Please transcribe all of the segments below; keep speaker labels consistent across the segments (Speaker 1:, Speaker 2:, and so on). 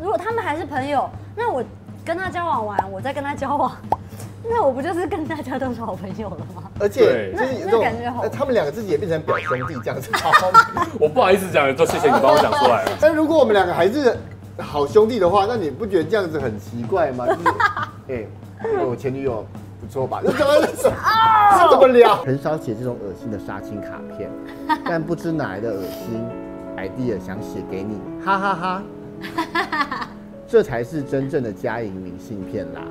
Speaker 1: 如果他们还是朋友，那我跟他交往完，我再跟他交往， 那我不就是跟大家都是好朋友了吗？
Speaker 2: 而且就是
Speaker 1: 那
Speaker 2: 这
Speaker 1: 那
Speaker 2: 种
Speaker 1: 感觉好
Speaker 2: 呃他们两个自己也变成表兄弟这样子。
Speaker 3: 我不好意思讲，就谢谢你帮我讲出来了。
Speaker 2: 但如果我们两个还是好兄弟的话，那你不觉得这样子很奇怪吗？ 就是，哎、我前女友不错吧？那怎么怎么怎么聊？
Speaker 1: 哦
Speaker 2: 很少写这种恶心的杀青卡片，但不知哪来的恶心 idea 想写给你，哈哈哈 这才是真正的家营明信片啦。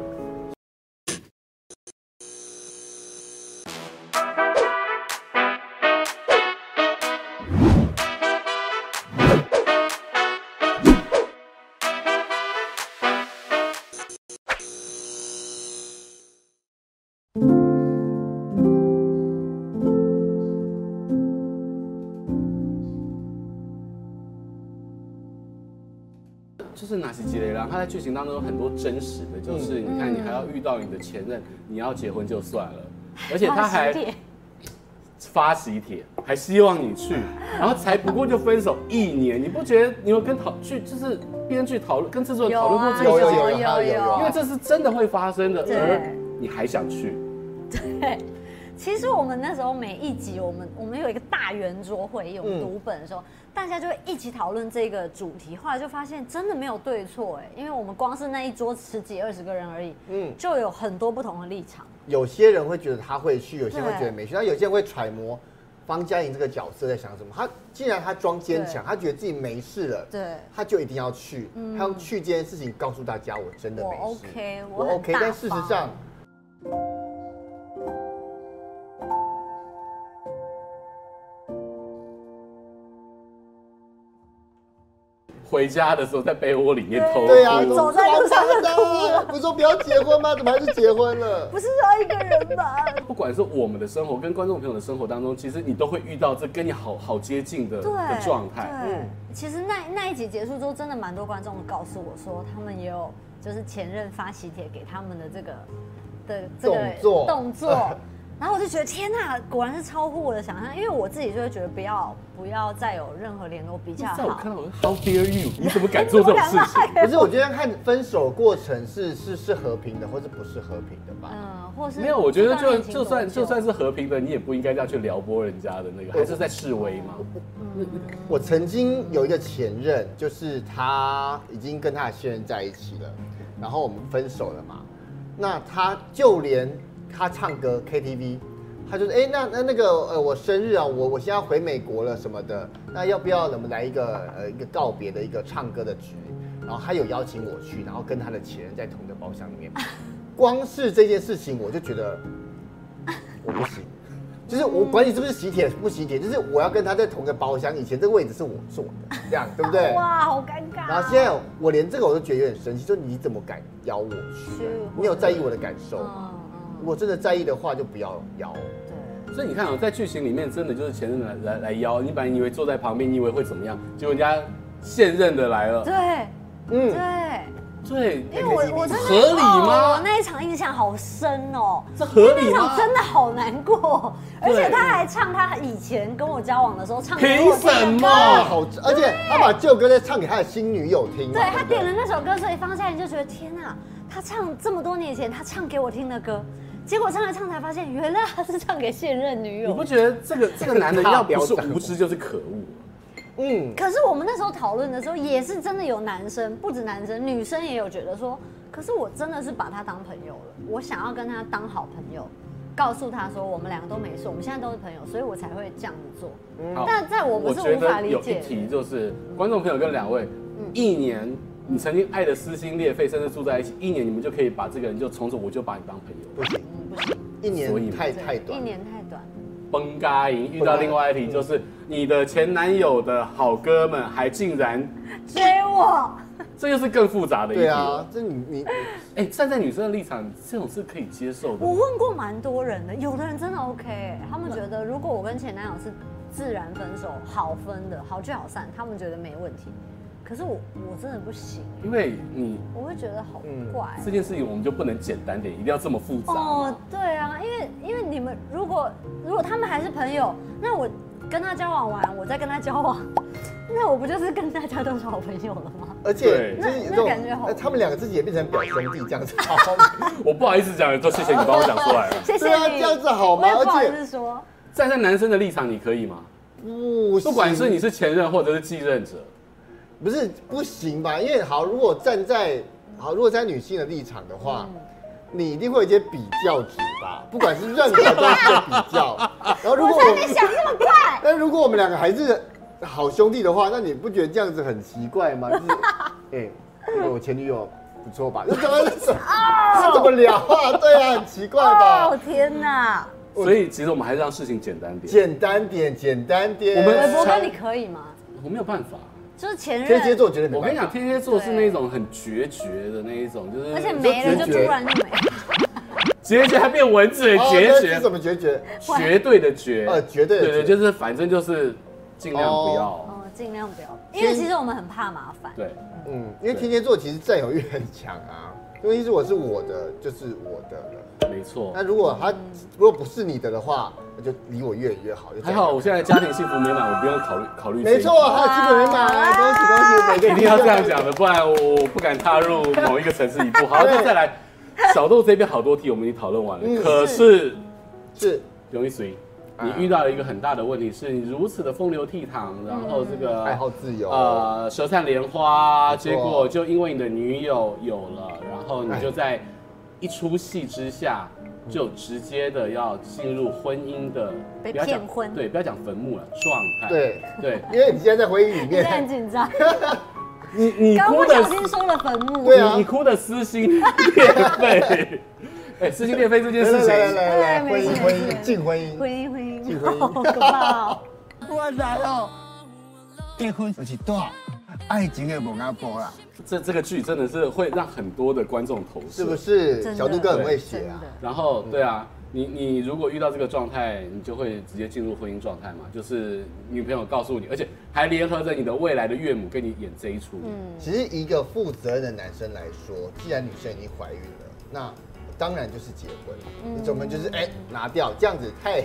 Speaker 4: 就是纳西吉雷拉，他在剧情当中有很多真实的，就是你看你还要遇到你的前任，你要结婚就算 了，而且他还
Speaker 1: 好兄弟
Speaker 4: 发喜帖，还希望你去，然后才不过就分手一年，你不觉得你有跟讨去就是编剧讨论，跟制作人讨论过这
Speaker 2: 有
Speaker 4: 个
Speaker 2: 啊
Speaker 4: 事
Speaker 2: 有
Speaker 4: 情？
Speaker 2: 有有有
Speaker 4: 因为这是真的会发生的，
Speaker 1: 对
Speaker 4: 而你还想去，
Speaker 1: 对，其实我们那时候每一集，我们我们有一个大圆桌会议，我
Speaker 4: 嗯
Speaker 1: 们读本的时候，大家就会一起讨论这个主题。后来就发现真的没有对错，哎，因为我们光是那一桌十几二十个人而已，
Speaker 2: 嗯
Speaker 1: 嗯，就有很多不同的立场。
Speaker 2: 有些人会觉得他会去，有些人会
Speaker 1: 对
Speaker 2: 觉得没去，那有些人会揣摩方嘉莹这个角色在想什么。他既然他装坚强，
Speaker 1: 对
Speaker 2: 他觉得自己没事了，
Speaker 1: 对
Speaker 2: 他就一定要去，他用去这件事情告诉大家我真的没事，
Speaker 1: 我 OK，我
Speaker 2: 我
Speaker 1: 很
Speaker 2: OK，
Speaker 1: 大
Speaker 2: 但事实
Speaker 1: 方
Speaker 2: 上。
Speaker 4: 回家的时候在被窝里面偷哭。
Speaker 2: 对啊，
Speaker 1: 走在路上就哭
Speaker 2: 了。不是说不要结婚吗？怎 么还是结婚了？
Speaker 1: 不是说一个人吧？
Speaker 4: 不管是我们的生活跟观众朋友的生活当中，其实你都会遇到这跟你好好接近的
Speaker 1: 对
Speaker 4: 的状态。嗯
Speaker 1: 对，其实那那一集结束之后，真的蛮多观众告诉我说，他们也有就是前任发喜帖给他们的这个的这个
Speaker 2: 动作
Speaker 1: 动 作然后我就觉得天呐，果然是超乎我的想象，因为我自己就会觉得不要不要再有任何联络比较
Speaker 4: 在我看
Speaker 1: 好。
Speaker 4: 到我，How dare you？你怎么敢做这种
Speaker 1: 我
Speaker 4: 事
Speaker 1: 敢
Speaker 4: 情？
Speaker 2: 不是，我觉得看分手过程是是是和平的，或是不是和平的吧？
Speaker 1: 嗯，或是
Speaker 4: 没有，我觉得
Speaker 1: 不知道
Speaker 4: 就
Speaker 1: 恋情
Speaker 4: 就算
Speaker 1: 多久
Speaker 4: 就算是和平的，你也不应该这样去撩拨人家的那
Speaker 1: 啊
Speaker 4: 个，还是在示威嘛。
Speaker 2: 我曾经有一个前任，就是他已经跟他的现任在一起了，然后我们分手了嘛。那他就连他唱歌 KTV，他就是哎、诶那那那个呃，我生日啊，我我现在要回美国了什么的，那要不要我们来一个呃一个告别的一个唱歌的局？然后他有邀请我去，然后跟他的前任在同一个包厢里面。光是这件事情，我就 觉得我不行。就是我管你是不是喜帖不喜帖，就是我要跟他在同一个包厢。以前这个位置是我坐的，这样对不对？
Speaker 1: 哇，好尴尬。啊
Speaker 2: 然后现在我连这个我都觉得有点生气，就你怎么敢邀我去
Speaker 1: 去？
Speaker 2: 你有在意我的感受吗？
Speaker 1: 嗯嗯，
Speaker 2: 如果真的在意的话，就不要邀。
Speaker 1: 对，
Speaker 4: 所以你看哦，在剧情里面真的就是前任来来来邀，你本来以为坐在旁边，你以为会怎么样，结果人家现任的来了，
Speaker 1: 对
Speaker 2: 嗯，
Speaker 1: 对，
Speaker 4: 对，
Speaker 1: 因为我我真的
Speaker 4: 合理吗
Speaker 1: 哦那一场印象好深哦。
Speaker 4: 这合
Speaker 1: 那
Speaker 4: 理吗
Speaker 1: 场？真的好难过，而
Speaker 4: 对
Speaker 1: 且他还唱他以前跟我交往的时候唱给
Speaker 4: 凭
Speaker 1: 我听的
Speaker 4: 什
Speaker 1: 歌
Speaker 2: 啊，
Speaker 4: 么？
Speaker 2: 好，而且他把旧歌再唱给他的新女友听嘛。
Speaker 1: 对他
Speaker 2: 不
Speaker 1: 点了那首歌，所以方嘉莹就觉得天哪、他唱这么多年前他唱给我听的歌，结果唱来唱才发现，原来他是唱给现任女
Speaker 4: 你
Speaker 1: 友
Speaker 4: 不。觉得这个这个男的要不是无知就是可恶？
Speaker 2: 嗯，
Speaker 1: 可是我们那时候讨论的时候，也是真的有男生，不止男生，女生也有觉得说，可是我真的是把他当朋友了，我想要跟他当好朋友，告诉他说我们两个都没事，我们现在都是朋友，所以我才会这样子做。
Speaker 4: 好
Speaker 1: 但在我
Speaker 4: 我
Speaker 1: 们是
Speaker 4: 觉
Speaker 1: 无法
Speaker 4: 得
Speaker 1: 理
Speaker 4: 有一
Speaker 1: 解的。嗯
Speaker 4: 题就是，观众朋友跟两位，一年你曾经爱的撕心裂肺，甚至住在一起，一年你们就可以把这个人就从此我就把你当朋友。
Speaker 2: 不行，
Speaker 1: 嗯不行
Speaker 2: 一
Speaker 4: 所以
Speaker 2: 年
Speaker 4: 嘛
Speaker 2: 太
Speaker 1: 对
Speaker 2: 太短
Speaker 1: 一。年太短。
Speaker 4: 崩嘎赢遇到另外一
Speaker 1: 嗯
Speaker 4: 题就是，你的前男友的好哥们还竟然，
Speaker 1: 追我，
Speaker 4: 这又是更复杂的一题
Speaker 2: 对
Speaker 4: 了
Speaker 2: 啊。，这你你
Speaker 4: 哎，站在女生的立场，这种是可以接受的
Speaker 1: 我。问过蛮多人的，有的人真的 OK，欸他们觉得如果我跟前男友是自然分手，好分的，好聚好散，他们觉得没问题。可是我我真的不行，
Speaker 4: 因为你
Speaker 1: 我会觉得好
Speaker 2: 嗯
Speaker 1: 怪
Speaker 4: 这件事情我们就不能简单点，一定要这么复杂。
Speaker 1: 哦。对啊，因为因为你们如果如果他们还是朋友，那我跟他交往完，我再跟他交往， 那我不就是跟大家都是好朋友了吗？
Speaker 2: 而且
Speaker 4: 对
Speaker 2: 就是有
Speaker 1: 那
Speaker 2: 这
Speaker 1: 那
Speaker 2: 种
Speaker 1: 感觉好
Speaker 2: 哎他们两个自己也变成表兄弟这样子，好吗
Speaker 4: 我不好意思讲，就谢谢你帮我讲出来了。
Speaker 1: 谢谢
Speaker 2: 对啊，
Speaker 1: 你，
Speaker 2: 这样子好
Speaker 1: 我
Speaker 2: 吗？
Speaker 1: 也不好
Speaker 2: 而
Speaker 1: 意
Speaker 2: 且
Speaker 1: 思说，
Speaker 4: 站在男生的立场，你可以吗？
Speaker 2: 不行，
Speaker 4: 不管是你是前任或者是继任者，
Speaker 2: 不是不行吧？因为好，如果站在好，如果站在女性的立场的话，
Speaker 1: 嗯
Speaker 2: 你一定会有一些比较值吧？不管是 任何东西的
Speaker 1: 啊
Speaker 2: 比较。然后如
Speaker 1: 我
Speaker 2: 果
Speaker 1: 才没想那么快。
Speaker 2: 但如果我们两个还是好兄弟的话，那你不觉得这样子很奇怪 吗？就是，哎、那个我前女友不错吧？这怎么这怎么这 怎么聊啊？对啊，很奇怪
Speaker 1: 哦
Speaker 2: 吧？
Speaker 1: 天哪！
Speaker 4: 所以其实我们还是让事情简单点。
Speaker 2: 简单点，简单点。
Speaker 4: 我们
Speaker 1: 韦伯哥，
Speaker 4: 常
Speaker 1: 你可以吗？
Speaker 4: 我没有办法，
Speaker 1: 就是前
Speaker 2: 天蝎
Speaker 1: 任，
Speaker 2: 座绝对没
Speaker 4: 我
Speaker 2: 办
Speaker 4: 跟你
Speaker 2: 法
Speaker 4: 讲，。天蝎座是那种很决绝的那一种，就是
Speaker 1: 而且没了就突然就没了，
Speaker 4: 决绝还变文字
Speaker 2: 哦
Speaker 4: 决
Speaker 2: 那
Speaker 4: 绝
Speaker 2: 是，怎么决绝？
Speaker 4: 绝对的绝，
Speaker 2: 呃绝对的
Speaker 4: 对对，
Speaker 2: 绝
Speaker 4: 就是反正就是尽量不要，
Speaker 1: 哦，尽量不要，因为其实我们很怕麻烦。
Speaker 4: 对，
Speaker 2: 嗯，因为天蝎座其实占有欲很强啊。因为如果是我的，就是我的了。
Speaker 4: 没错
Speaker 2: 那。如果他如果不是你的的话，那就离我越远越好。就这
Speaker 4: 还
Speaker 2: 样
Speaker 4: 好我现在家庭幸福美满，我不用考虑考虑这一
Speaker 2: 没
Speaker 4: 点。
Speaker 2: 错，还有基本人买，恭喜恭喜，每个
Speaker 4: 一定要这样讲的，不然我不敢踏入某一个城市一步。好，
Speaker 2: 对
Speaker 4: 那再来，小豆这边好多题我们已经讨论完
Speaker 2: 嗯
Speaker 4: 了，可是
Speaker 2: 是
Speaker 4: 容易随你
Speaker 2: 啊
Speaker 4: 遇到了一个很大的问题，是你如此的风流倜傥，然后这个
Speaker 2: 爱好自由
Speaker 4: 呃，舌灿莲花，
Speaker 2: 没错
Speaker 4: 结果就因为你的女友有了，然后你就在一出戏之下。就直接的要进入婚姻的，
Speaker 1: 被
Speaker 4: 不要讲
Speaker 1: 骗婚
Speaker 4: 对，不要讲坟墓了，状态，
Speaker 2: 对，
Speaker 4: 对，
Speaker 2: 因为你现在在回忆里
Speaker 1: 你现在
Speaker 2: 面
Speaker 1: 很，紧张，
Speaker 4: 你你
Speaker 1: 刚
Speaker 4: 哭
Speaker 1: 不
Speaker 4: 的
Speaker 1: 小心说了坟墓。
Speaker 2: 对啊
Speaker 4: 你你哭的撕心裂肺。 哎，撕心裂肺这件事
Speaker 2: 来来
Speaker 4: 情，
Speaker 2: 来来来，
Speaker 1: 没
Speaker 2: 婚
Speaker 1: 事
Speaker 2: 姻婚
Speaker 1: 没
Speaker 2: 姻
Speaker 1: 事
Speaker 2: 进婚
Speaker 1: 婚
Speaker 2: 姻，
Speaker 1: 姻 婚姻
Speaker 2: 进婚姻
Speaker 1: 好可怕 哦！
Speaker 5: 我知道，结婚就是大，爱情的无阿波啦。
Speaker 4: 这这个剧真的是会让很多的观众投
Speaker 2: 是不
Speaker 4: 诉。
Speaker 1: 真
Speaker 2: 是？
Speaker 1: 的
Speaker 2: 小杜哥很会写啊，
Speaker 4: 然后，对啊，你你如果遇到这个状态，你就会直接进入婚姻状态嘛，就是女朋友告诉你，而且还联合着你的未来的岳母跟你演这一出。
Speaker 2: 其实一个负责任的男生来说，既然女生已经怀孕了，那当然就是结婚，
Speaker 1: 嗯
Speaker 2: 你怎么就是哎拿掉这样子太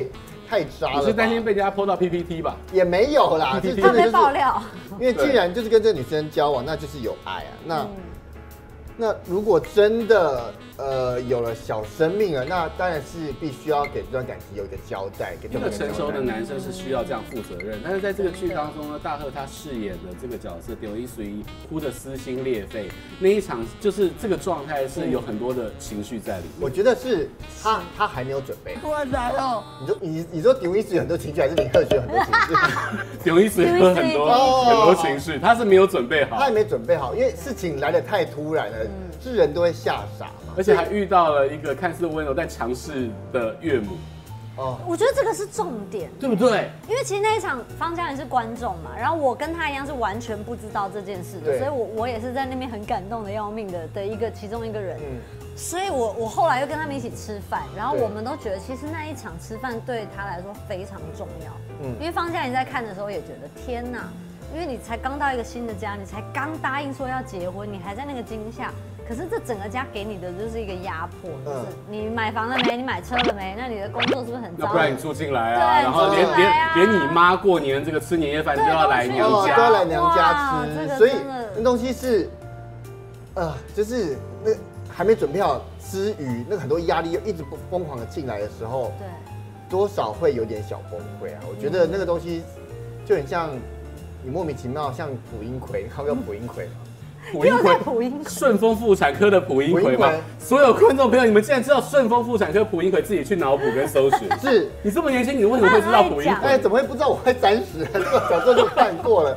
Speaker 2: 太渣了吧？
Speaker 4: 你是担心被人家泼到 PPT 吧？
Speaker 2: 也没有啦，是真
Speaker 1: 怕
Speaker 2: 的就
Speaker 1: 被
Speaker 2: 是
Speaker 1: 爆料，
Speaker 2: 因为既然就是跟这个女生交往，那就是有爱啊。那、
Speaker 1: 嗯
Speaker 2: 那如果真的呃有了小生命了，那当然是必须要给这段感情有一个交代，给
Speaker 4: 一
Speaker 2: 这
Speaker 4: 个
Speaker 2: 段
Speaker 4: 成熟的男生是需要这样负责任，但是在这个剧当中呢，大赫他饰演的这个角色刘一随哭得撕心裂肺，那一场就是这个状态是有很多的情绪在里
Speaker 2: 我
Speaker 4: 面。
Speaker 2: 觉得是他他还没有准备。
Speaker 5: 我知道，
Speaker 2: 你说你你说丢一有很多情绪，还是林赫学很多情绪？
Speaker 4: 刘一随有很多
Speaker 2: 哦
Speaker 4: 很多情绪，他是没有准备
Speaker 2: 他还
Speaker 4: 好，
Speaker 2: 没准备好，因为事情来的太突然了，
Speaker 1: 嗯
Speaker 2: 是人都会吓傻嘛。
Speaker 1: 哎
Speaker 4: 而且还遇到了一个看似温柔但强势的岳母，
Speaker 2: 哦，
Speaker 1: 我觉得这个是重点。
Speaker 4: 对不对？
Speaker 1: 因为其实那一场方嘉玲是观众嘛，然后我跟他一样是完全不知道这件事的，
Speaker 2: 对
Speaker 1: 所以我我也是在那边很感动的要命的的一个其中一个人，
Speaker 2: 嗯
Speaker 1: 所以我我后来又跟他们一起吃饭，然后
Speaker 2: 对
Speaker 1: 我们都觉得其实那一场吃饭对他来说非常重要，
Speaker 2: 嗯
Speaker 1: 因为方嘉玲在看的时候也觉得天哪，因为你才刚到一个新的家，你才刚答应说要结婚，你还在那个惊吓。可是这整个家给你的就是一个压迫，就是
Speaker 2: 嗯
Speaker 1: 你买房了没？你买车了没？那你的工作是不是很
Speaker 4: 那
Speaker 1: 糟？
Speaker 4: 不然你住进来啊，
Speaker 1: 对
Speaker 4: 然后连
Speaker 1: 住进来啊
Speaker 4: 连连你妈过年这个吃年夜饭都要来娘
Speaker 2: 哦，都要来
Speaker 4: 家，
Speaker 2: 娘家
Speaker 1: 哇这
Speaker 2: 吃，
Speaker 1: 个
Speaker 2: 所以
Speaker 1: 真的
Speaker 2: 那东西是，呃，就是那还没准备好之余，那很多压力又一直不疯狂的进来的时候，
Speaker 1: 对，
Speaker 2: 多少会有点小崩溃啊。我觉得那个东西就很像你莫名其妙像蒲英奎，你看过蒲英奎吗？
Speaker 4: 补一
Speaker 1: 又
Speaker 4: 回
Speaker 1: 在。普音课
Speaker 4: 顺丰妇产科的普英
Speaker 2: 普
Speaker 4: 奎
Speaker 2: 英
Speaker 4: 吗
Speaker 2: 奎？
Speaker 4: 所有观众朋友，你们竟然知道顺丰妇产科普英奎，自己去脑补跟搜 寻。
Speaker 1: 嗯
Speaker 2: 是，
Speaker 4: 你这么年轻，你为什么会知道普英
Speaker 1: 他很爱
Speaker 2: 哎，
Speaker 4: 奎？
Speaker 2: 怎么会不知道我会三十？ 这个小时候就看过 了。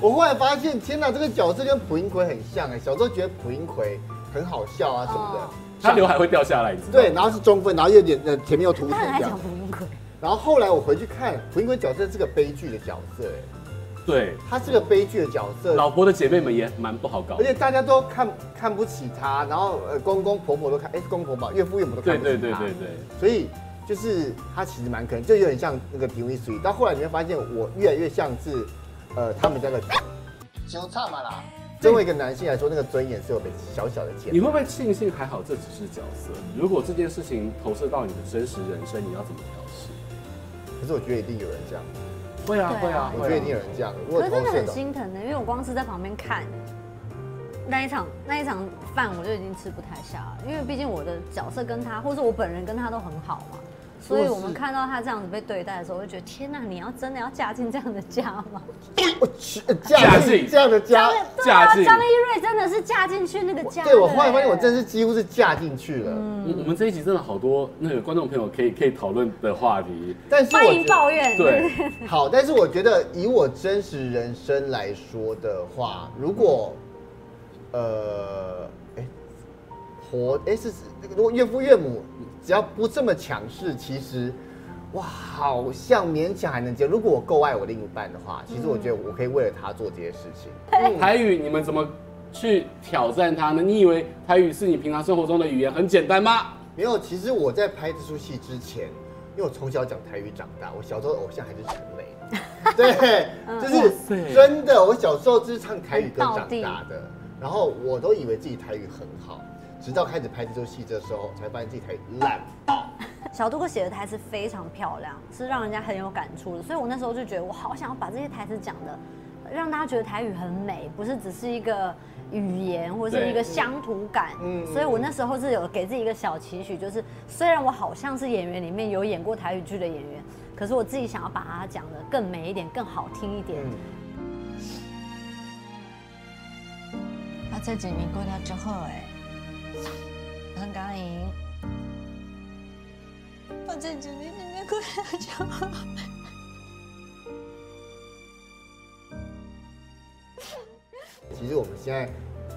Speaker 2: 我后来发现，天哪，这个角色跟蒲英奎很像哎。小时候觉得蒲英奎很好笑啊什么的，
Speaker 1: 哦
Speaker 4: 他刘海会掉下来，你知道吗？
Speaker 2: 对，然后是中分，然后又有点呃前面又凸起
Speaker 1: 他很爱
Speaker 2: 这
Speaker 1: 讲
Speaker 2: 样。
Speaker 1: 蒲英奎，
Speaker 2: 然后后来我回去看，蒲英奎角色是个悲剧的角色，哎，
Speaker 4: 对，
Speaker 2: 他是个悲剧的角色，
Speaker 4: 老婆的姐妹们也蛮不好搞
Speaker 2: 而。且大家都看看不起他，然后呃公公婆婆都看，哎公婆吧，岳父岳母都
Speaker 4: 对
Speaker 2: 看不起
Speaker 4: 对
Speaker 2: 他，
Speaker 4: 对对对，
Speaker 2: 所以就是他其实蛮可能，就有点像那个 d v c 到后来你会发现，我越来越像是呃他们家的，羞差嘛啦。作为一个男性来说，那个尊严是有被小小的减
Speaker 4: 你。会不会庆幸还好这只是角色？如果这件事情投射到你的真实人生，你要怎么调试？
Speaker 2: 可是我觉得一定有人这样，
Speaker 4: 会啊
Speaker 1: 对啊
Speaker 4: 会啊，
Speaker 2: 我觉得一
Speaker 4: 会
Speaker 2: 定有
Speaker 4: 啊。
Speaker 2: 人这样，我
Speaker 1: 可
Speaker 2: 有
Speaker 1: 是
Speaker 2: 同
Speaker 1: 真的
Speaker 2: 事
Speaker 1: 很
Speaker 2: 的，
Speaker 1: 心疼的，因为我光是在旁边看那一场那一场饭，我就已经吃不太下了，因为毕竟我的角色跟他，或是我本人跟他都很好嘛，所以我们看到他这样子被对待的时候，我就觉得天呐，你要真的要嫁进这样的家吗？
Speaker 2: 我去呃嫁
Speaker 3: 嫁
Speaker 2: 进
Speaker 3: 进
Speaker 2: 这样的家
Speaker 1: 张，对
Speaker 3: 嫁
Speaker 1: 啊，
Speaker 3: 进
Speaker 1: 张一瑞真的是嫁进嗯去那个家的欸。
Speaker 2: 对我后来发现我真的是几乎是嫁进去了，
Speaker 4: 我我们这一集真的好多那个观众朋友可以可以讨论的话题，
Speaker 2: 但是我
Speaker 1: 欢
Speaker 2: 觉
Speaker 1: 迎抱怨。
Speaker 4: 对，
Speaker 2: 好，但是我觉得以我真实人生来说的话，如果，呃，哎、活哎、是如果岳父岳母只要不这么强势，其实哇，好像勉强还能接受。如果我够爱我另一半的话，其实我觉得我可以为了他做这些事情。
Speaker 4: 台语你们怎么去挑战它呢？你以为台语是你平常生活中的语言很简单吗？
Speaker 2: 没有，其实我在拍这出戏之前，因为我从小讲台语长大，我小时候的偶像还是陈雷。 对，
Speaker 4: 嗯
Speaker 2: 就是真的，我小时候就是唱台语歌长大的，然后我都以为自己台语很好，直到开始拍这出戏的时候，才发现自己台语烂。
Speaker 1: 小杜哥写的台词非常漂亮，是让人家很有感触的。所以我那时候就觉得，我好想要把这些台词讲的，让大家觉得台语很美，不是只是一个语言或是一个乡土感。
Speaker 2: 嗯嗯
Speaker 1: 所以我那时候是有给自己一个小期许，就是虽然我好像是演员里面有演过台语剧的演员，可是我自己想要把它讲的更美一点，更好听一点。
Speaker 2: 嗯，
Speaker 6: 啊，这几年过得足好诶，哎很感恩。我这几年真的过得足好。
Speaker 2: 其实我们现在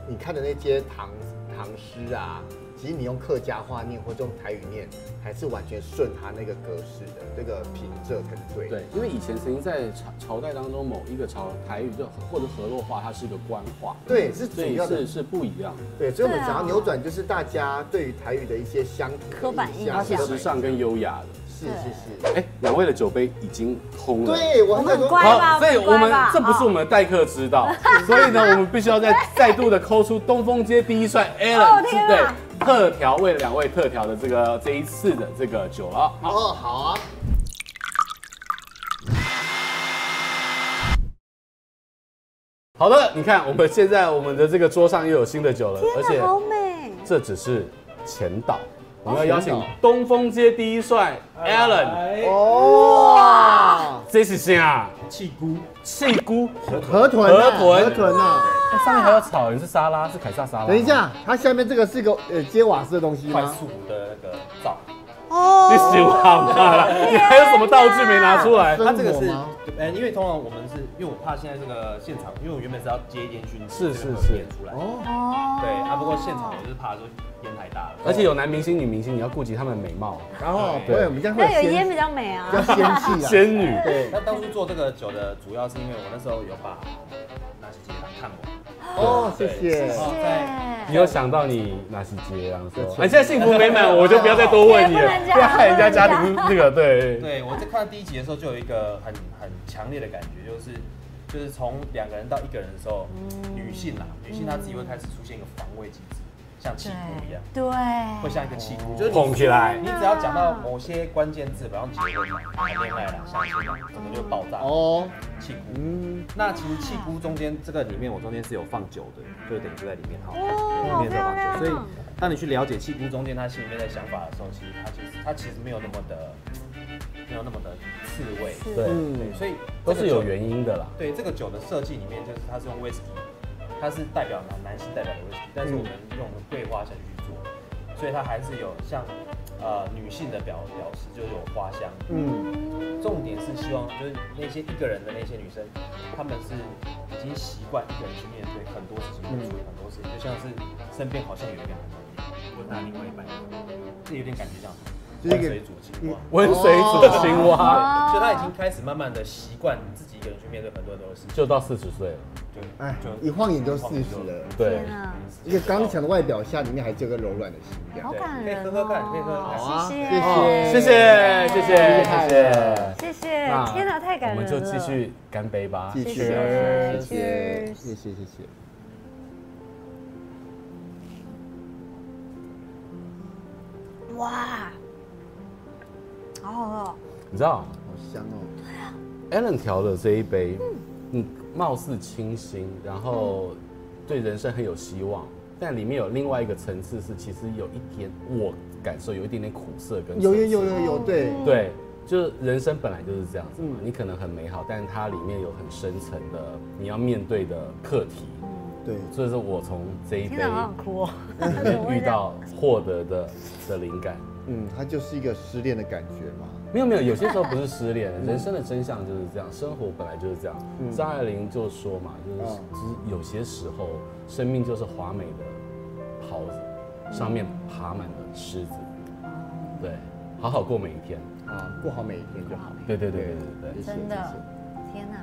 Speaker 2: 你看的那些唐唐诗啊，其实你用客家话念或者用台语念，还是完全顺他那个格式的，这个平仄才是对的。
Speaker 4: 对，因为以前曾经在朝朝代当中某一个朝台语就或者河洛话，它是一个官话，
Speaker 2: 对，是
Speaker 4: 所
Speaker 2: 主
Speaker 4: 以
Speaker 2: 要的
Speaker 4: 是是不一样的。
Speaker 2: 对，所以我们
Speaker 1: 对啊
Speaker 2: 想要扭转，就是大家对于台语的一些乡土的
Speaker 1: 刻板印象
Speaker 4: 它是
Speaker 1: 这样
Speaker 4: 时尚跟优雅的。
Speaker 2: 是
Speaker 1: 对
Speaker 2: 是是，
Speaker 4: 哎，两位的酒杯已经空了。
Speaker 2: 对我
Speaker 1: 我们很乖
Speaker 2: 好
Speaker 1: 吧
Speaker 4: 所以我
Speaker 1: 乖
Speaker 4: 们
Speaker 1: 吧
Speaker 4: 这不是我们的待客之道， 所以呢，我们必须要再再度的抠出东风街第一帅 Alan
Speaker 1: 哦
Speaker 4: 是
Speaker 1: 天
Speaker 4: 对
Speaker 1: 啊
Speaker 4: 特调为了两位特调的这个这一次的这个酒了。好，
Speaker 2: 哦，好啊。
Speaker 4: 好的，你看我们现在我们的这个桌上又有新的酒了，而且
Speaker 1: 天哪，啊好哦美！
Speaker 4: 这只是前导，我们要邀请东风街第一帅 Alan，
Speaker 2: 哎哦哇，
Speaker 4: 这是啥？气菇，气菇，
Speaker 2: 河豚啊，
Speaker 4: 河豚
Speaker 2: 河豚啊！
Speaker 4: 哎上面还有草，你是沙拉，是凯撒沙拉。
Speaker 2: 等一，下，它下面这个是个呃接瓦斯的东西
Speaker 3: 快
Speaker 2: 吗？
Speaker 3: 速的那个灶，
Speaker 1: 哦
Speaker 4: 你喜欢吗？你 还有什么道具没拿出
Speaker 1: 啊
Speaker 4: 来？
Speaker 2: 它
Speaker 7: 它这个是，呃，因为通常我们是因为我怕现在这个现场，因为我原本是要接烟熏鸡，
Speaker 4: 是
Speaker 7: 这个
Speaker 4: 是
Speaker 7: 没有
Speaker 4: 是
Speaker 7: 演出来，
Speaker 2: 哦，
Speaker 1: 哦
Speaker 7: 对啊，不过现场我就是怕说烟太大了，
Speaker 4: 而且有男明星、女明星，你要顾及他们的美貌，
Speaker 2: 然后
Speaker 7: 对
Speaker 2: 对，我们这样会
Speaker 1: 那有
Speaker 2: 有
Speaker 1: 烟
Speaker 2: 仙
Speaker 1: 比较美啊
Speaker 2: 比。较仙气啊。
Speaker 4: 仙女。
Speaker 2: 对，
Speaker 7: 那当初做这个酒的主要是因为我那时候有把那些街看完，
Speaker 2: 哦，谢谢。
Speaker 7: 哦在
Speaker 4: 你有想到你哪些街啊？
Speaker 2: 有
Speaker 4: 说
Speaker 2: 钱
Speaker 4: 哎，现在幸福美满，我就不要再多问你了
Speaker 1: 也不能，这样
Speaker 4: 不要害人家家庭那个对。
Speaker 7: 对我在看第一集的时候，就有一个很很强烈的感觉，就是就是从两个人到一个人的时候，
Speaker 2: 嗯
Speaker 7: 女性啦，女性她自己会开始出现一个防卫机制，像气鼓一样，
Speaker 1: 对，
Speaker 7: 会像一个气
Speaker 4: 哦
Speaker 7: 鼓，就是你
Speaker 4: 捧起来，
Speaker 7: 你只要讲到某些关键字，比方结婚啦、谈恋爱啦、相亲啦，整个就爆炸。哦，
Speaker 2: 哦，
Speaker 7: 气菇。
Speaker 2: 嗯，
Speaker 7: 那其实气菇中间这个里面，我中间是有放酒的，就等于是在里面哈，
Speaker 1: 哦
Speaker 7: 里面是有
Speaker 1: 好
Speaker 7: 放
Speaker 1: 漂亮
Speaker 7: 酒，所以当你去了解气菇中间他心里面的想法的时候，其实他其实他其实没有那么的，没有那么的刺猬，
Speaker 4: 对，
Speaker 2: 嗯
Speaker 7: 对，所以
Speaker 4: 都是有
Speaker 7: 原。
Speaker 4: 原因的啦。
Speaker 2: 哦
Speaker 7: 对，这个酒的设计里面就是它是用威士忌，它是代表男男性代表的威士忌，但
Speaker 2: 嗯
Speaker 7: 是我们用桂花下去去做，所以它还是有像呃女性的表表示，就是有花香。
Speaker 2: 嗯，
Speaker 7: 重点是希望就是那些一个人的那些女生，她们是已经习惯一个人去面对很多事情，
Speaker 2: 嗯
Speaker 7: 去处理很多事情，就像是身边好像有一个人我拿另外一半，这有点感觉像
Speaker 2: 就是一
Speaker 7: 温
Speaker 2: 个嗯
Speaker 7: 水煮青蛙。
Speaker 4: 温水煮青
Speaker 2: 哦
Speaker 4: 蛙，
Speaker 7: 所以她已经开始慢慢的习惯自己一个人去面对很多很多的事情，
Speaker 4: 就到四十岁了。
Speaker 7: 对，
Speaker 2: 哎
Speaker 4: 嗯
Speaker 7: 就，
Speaker 2: 一晃眼就四十了。
Speaker 4: 对
Speaker 1: 天，哪
Speaker 2: 一个刚强的外表下，里面还有个柔软的心这样
Speaker 1: 好。感
Speaker 7: 对
Speaker 1: 人
Speaker 7: 可
Speaker 1: 哦！
Speaker 7: 以喝喝看可以喝喝看
Speaker 2: 好啊
Speaker 1: 谢
Speaker 2: 谢谢
Speaker 1: 谢，
Speaker 4: 哦谢谢谢谢
Speaker 2: 厉害
Speaker 4: 谢谢
Speaker 2: 了。
Speaker 1: 啊谢谢，
Speaker 4: 那
Speaker 1: 天哪，太感人
Speaker 4: 我
Speaker 1: 了！
Speaker 4: 们就继续干杯吧。
Speaker 2: 继续
Speaker 1: 谢
Speaker 2: 啊，
Speaker 1: 谢
Speaker 2: 谢谢，
Speaker 1: Cheers
Speaker 2: 谢谢，谢谢。
Speaker 1: 哇，好好喝哦，
Speaker 4: 你知道，
Speaker 1: 哦
Speaker 2: 好香哦！
Speaker 4: Alan 调的这一杯，嗯，貌似清新，然后对人生很有希望，但里面有另外一个层次是，其实有一点我感受有一点点苦涩跟
Speaker 2: 有有
Speaker 4: 层
Speaker 2: 有
Speaker 4: 次
Speaker 2: 有有，对，
Speaker 4: 对，就是人生本来就是这样子嘛，
Speaker 2: 嗯
Speaker 4: 你可能很美好，但是它里面有很深层的你要面对的课题，
Speaker 2: 嗯对，
Speaker 4: 所以说我从这一杯
Speaker 1: 听到好想哭哦。
Speaker 4: 里面遇到获得的的灵感。
Speaker 2: 嗯，它就是一个失恋的感觉嘛。
Speaker 4: 没有没有，有些时候不是失恋，人生的真相就是这样，生活本来就是这样。张爱玲就说嘛，就是
Speaker 2: 嗯
Speaker 4: 就是有些时候，生命就是华美的袍子，上面爬满了虱子。嗯对，好好过每一天。
Speaker 2: 啊，过好每一天就好。
Speaker 4: 对对对对对对。
Speaker 1: 真的，天哪！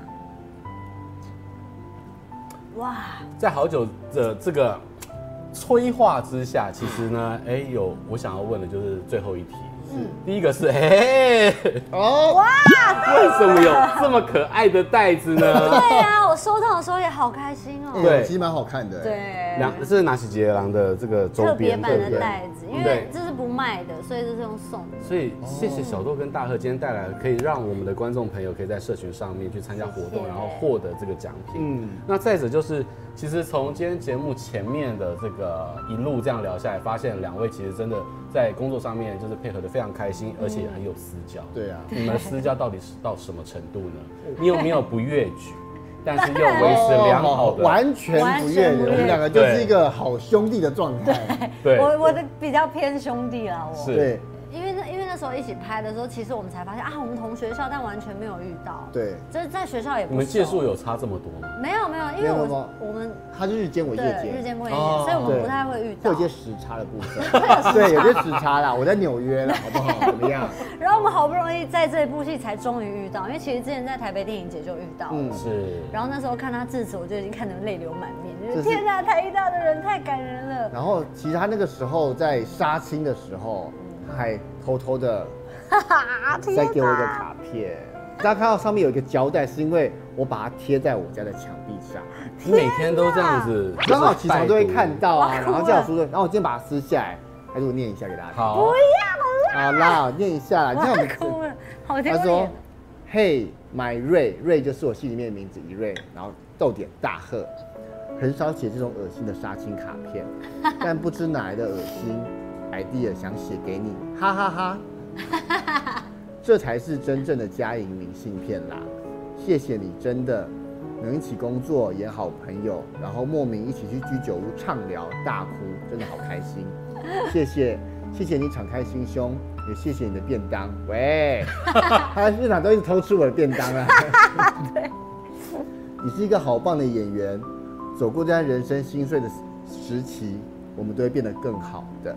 Speaker 1: 哇，
Speaker 4: 在好久的这个催化之下，其实呢，哎，有我想要问的就是最后一题。第一个是， 哎，
Speaker 2: 哦，
Speaker 4: 为什么有这么可爱的袋子 呢？
Speaker 1: 对呀、我收到的时候也好开心哦。
Speaker 4: 对
Speaker 2: 对，其实蛮好看的。，
Speaker 1: 对，
Speaker 4: 梁这是拿喜杰郎的这个周
Speaker 1: 特别
Speaker 4: 边，
Speaker 1: 版
Speaker 4: 对不
Speaker 1: 的
Speaker 4: 对？
Speaker 1: 袋子，因为
Speaker 4: 对
Speaker 1: 这是不卖的，所以这是用送的。
Speaker 4: 所以谢谢小豆跟大贺今天带来，可以让我们的观众朋友可以在社群上面去参加活
Speaker 1: 谢
Speaker 4: 动，
Speaker 1: 谢
Speaker 4: 然后获得这个奖品。
Speaker 2: 嗯，
Speaker 4: 那再者就是，其实从今天节目前面的这个一路这样聊下来，发现两位其实真的在工作上面就是配合的非常开心，而且也很有私交。
Speaker 2: 对啊，
Speaker 4: 你们私交到底是到什么程度呢？你有没有不越矩，但是又维持良好的？
Speaker 2: 完全不越
Speaker 1: 完全不
Speaker 2: 人，
Speaker 1: 越
Speaker 2: 我们两个就是一个好兄弟的状态。
Speaker 4: 对
Speaker 1: 我我的比较偏兄弟啦，我。
Speaker 4: 是
Speaker 2: 对
Speaker 1: 因为那因为那时候一起拍的时候，其实我们才发现啊，我们同学校，但完全没有遇到。，
Speaker 2: 对，
Speaker 1: 就是在学校也不
Speaker 4: 你们届数
Speaker 1: 有？
Speaker 4: 有差这么多吗？
Speaker 1: 没有没有，因为
Speaker 2: 没有
Speaker 1: 我
Speaker 2: 吗
Speaker 1: 我们
Speaker 2: 他是日间我夜
Speaker 1: 对日
Speaker 2: 间，
Speaker 1: 间不夜间，
Speaker 4: 哦
Speaker 1: 所以我们
Speaker 2: 对
Speaker 1: 不太会遇
Speaker 2: 会
Speaker 1: 到
Speaker 2: 有。些时差的部分。 对，有些时差啦，我在纽约 了，好不好？怎么样？
Speaker 1: 然后我们好不容易在这一部戏才终于遇到，因为其实之前在台北电影节就遇到了。
Speaker 2: 嗯
Speaker 4: 是。
Speaker 1: 然后那时候看他致辞，我就已经看得泪流满面，就是
Speaker 2: 这是
Speaker 1: 天哪，台艺大的人太感人了。
Speaker 2: 然后其实他那个时候在杀青的时候，他还偷偷的 再给我一个卡片。大家看到上面有一个胶带，是因为我把它贴在我家的墙壁上，
Speaker 4: 你每天都这样子，
Speaker 2: 刚好起床都会看到啊，
Speaker 1: 啊拜读
Speaker 2: 然后叫我叔叔，然后我今天把它撕下来，还是我念一下给大家听。
Speaker 4: 好，
Speaker 2: 好啦，念一下啦，你看我
Speaker 1: 哇
Speaker 2: 们，
Speaker 1: 哭了，好啊丢
Speaker 2: 他说
Speaker 1: 脸。
Speaker 2: ：“Hey, my Ray，Ray 就是我心里面的名字一瑞，然后逗点大贺，很少写这种恶心的杀青卡片，但不知哪来的恶心 idea 想写给你，哈哈哈。这才是真正的家营明信片啦，谢谢你，真的。”能一起工作，演好朋友，然后莫名一起去居酒屋畅聊大哭，真的好开心。谢谢，谢谢你敞开心胸，也谢谢你的便当。喂，他在现场都一直偷吃我的便当啊。你是一个好棒的演员，走过这段人生心碎的时期，我们都会变得更好的。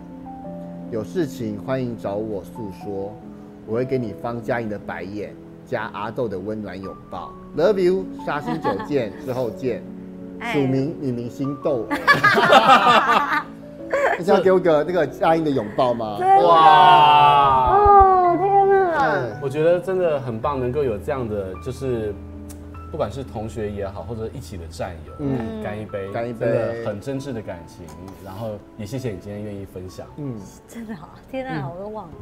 Speaker 2: 有事情欢迎找我诉说，我会给你方嘉莹的白眼加阿豆的温暖拥抱。Love you，杀心九见，之后见。
Speaker 1: 哎
Speaker 2: 署名女明星豆儿，你是要给我个那个嘉莹的拥抱吗？
Speaker 4: 哇！
Speaker 1: 哦，天哪！
Speaker 2: 嗯
Speaker 4: 我觉得真的很棒，能够有这样的，就是不管是同学也好，或者一起的战友，嗯，干一杯，
Speaker 2: 干一杯
Speaker 4: 真的很真挚的感情。然后也谢谢你今天愿意分享，
Speaker 2: 嗯，
Speaker 1: 真的好，天
Speaker 4: 嗯
Speaker 1: 哪，我都忘了。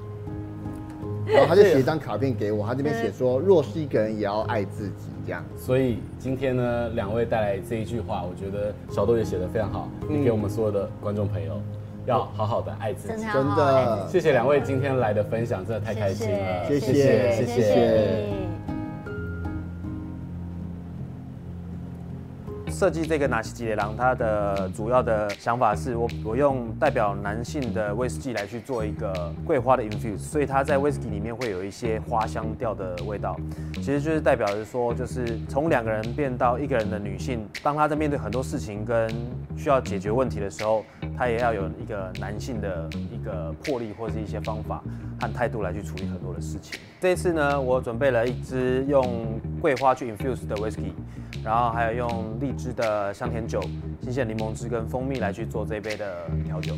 Speaker 2: 然后他就写一张卡片给我，他这边写说，若是一个人也要爱自己，这样。
Speaker 4: 所以今天呢，两位带来这一句话，我觉得小豆也写的非常好，
Speaker 2: 嗯
Speaker 4: 也给我们所有的观众朋友，要好好的爱自己
Speaker 1: 真的。要
Speaker 2: 真
Speaker 1: 好好爱自己
Speaker 2: 的，
Speaker 4: 谢谢两位今天来的分享，真的太开心了，
Speaker 2: 谢谢
Speaker 4: 谢
Speaker 1: 谢
Speaker 4: 谢。
Speaker 1: 谢
Speaker 2: 谢。
Speaker 8: 设计这个纳西吉雷郎，它的主要的想法是我我用代表男性的威士忌来去做一个桂花的 infuse，所以它在威士忌里面会有一些花香调的味道，其实就是代表着说，就是从两个人变到一个人的女性，当她在面对很多事情跟需要解决问题的时候，她也要有一个男性的一个魄力或是一些方法和态度来去处理很多的事情。这一次呢，我准备了一支用桂花去 infuse 的 whisky，然后还有用荔枝的香甜酒、新鲜柠檬汁跟蜂蜜来去做这一杯的调酒。